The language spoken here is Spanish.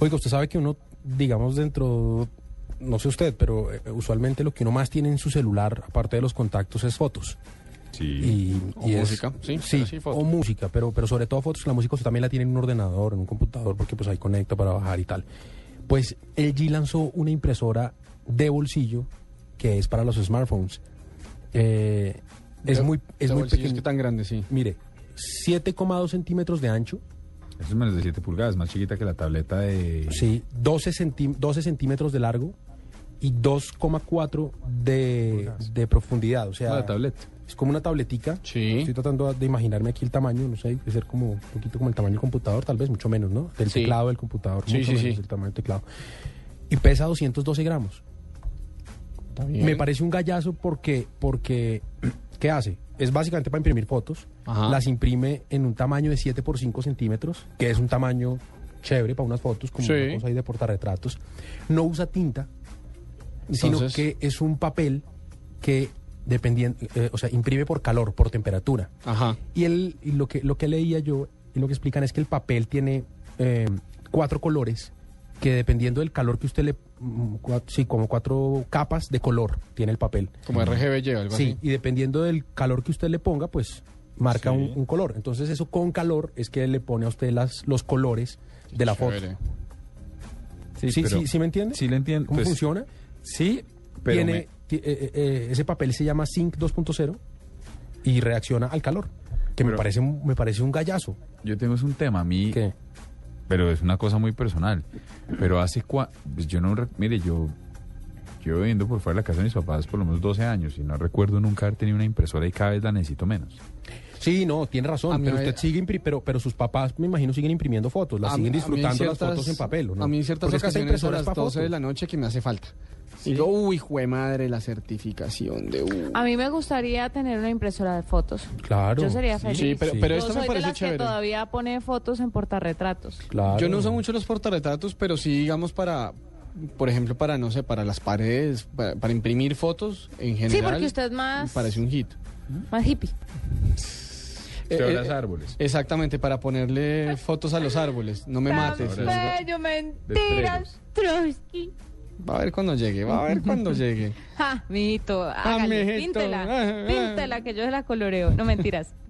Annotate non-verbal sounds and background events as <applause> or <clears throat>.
Oiga, usted sabe que uno, digamos, dentro, no sé usted, pero eh, usualmente lo que uno más tiene en su celular, aparte de los contactos, es fotos. Sí. Y, O y es- música, sí, pero sí, fotos. o música, pero, pero sobre todo fotos. La música usted también la tiene en un ordenador, en un computador, porque pues ahí conecta para bajar y tal. Pues LG lanzó una impresora de bolsillo que es para los smartphones. Eh, es De- muy, es de muy bolsillos que pequeño. tan grande, sí. Mire, 7,2 centímetros de ancho, Eso es menos de 7 pulgadas, más chiquita que la tableta de... sí, 12, centí- 12 centímetros de largo y 2,4 de, de profundidad. O sea, No, la tableta. es como una tabletica. Sí. Estoy tratando de imaginarme aquí el tamaño, no sé, debe ser como un poquito como el tamaño del computador, tal vez, mucho menos, ¿no? Del Sí. teclado del computador, Sí, mucho sí, menos sí. el tamaño del teclado. Y pesa 212 gramos. Está bien. Me parece un gallazo porque, porque <clears throat> ¿qué hace? Es básicamente para imprimir fotos. Ajá. Las imprime en un tamaño de 7 por 5 centímetros, que es un tamaño chévere para unas fotos, como Sí. una cosa ahí de portarretratos. No usa tinta, Entonces- sino que es un papel que dependiendo, eh, o sea, imprime por calor, por temperatura. Ajá. Y, él, y lo, que, lo que leía yo y lo que explican es que el papel tiene eh, cuatro colores que dependiendo del calor que usted le... mm, cua- sí, como cuatro capas de color tiene el papel. Como RGB lleva algo Sí, y dependiendo del calor que usted le ponga, pues marca Sí. un, un color. Entonces eso con calor es que le pone a usted las, los colores así. de la Chévere. foto. ¿Sí, pero- sí, sí me entiende? Sí, le entiendo. ¿Cómo Pues, funciona? Sí, pero... Tiene- me- ti- eh, eh, eh, ese papel se llama Zinc 2.0 y reacciona al calor, que me, Pero- parece, un- me parece un gallazo. Yo tengo es un tema, a mí... que- pero es una cosa muy personal. Pero hace cua... pues yo no... rec- Mire, yo... Yo viviendo por fuera de la casa de mis papás por lo menos 12 años y no recuerdo nunca haber tenido una impresora y cada vez la necesito menos. Sí, no, tiene A razón. mí Pero me- usted sigue impri- pero, pero sus papás, me imagino, siguen imprimiendo fotos, las A mí- siguen a mí en disfrutando las ciertas- fotos en papel, ¿o ¿no? A mí en ciertas Porque es que esa ocasiones a impresora es las pa' 12 de fotos. la noche que me hace falta. Y digo, uy, jue madre, la certificación de... uh". A mí me gustaría tener una impresora de fotos. Claro. Yo sería feliz. Sí, pero, Sí. pero Yo esta soy me de parece las que chévere. todavía pone fotos en portarretratos. Claro. Yo no uso mucho los portarretratos, pero sí, digamos, para... Por ejemplo, para, no sé, para las paredes, para, para imprimir fotos en general. Sí, porque usted es más, me Parece un hit. más hippie. Eh, eh, los árboles. Exactamente, para ponerle fotos a los árboles. No me mates. les digo. Tan bello, mentiras, Trotsky. Va a ver cuando llegue, va a ver cuando llegue. Ja, mijito, hágale, mijito, píntela, ah, ah. píntela, que yo se la coloreo. No, mentiras.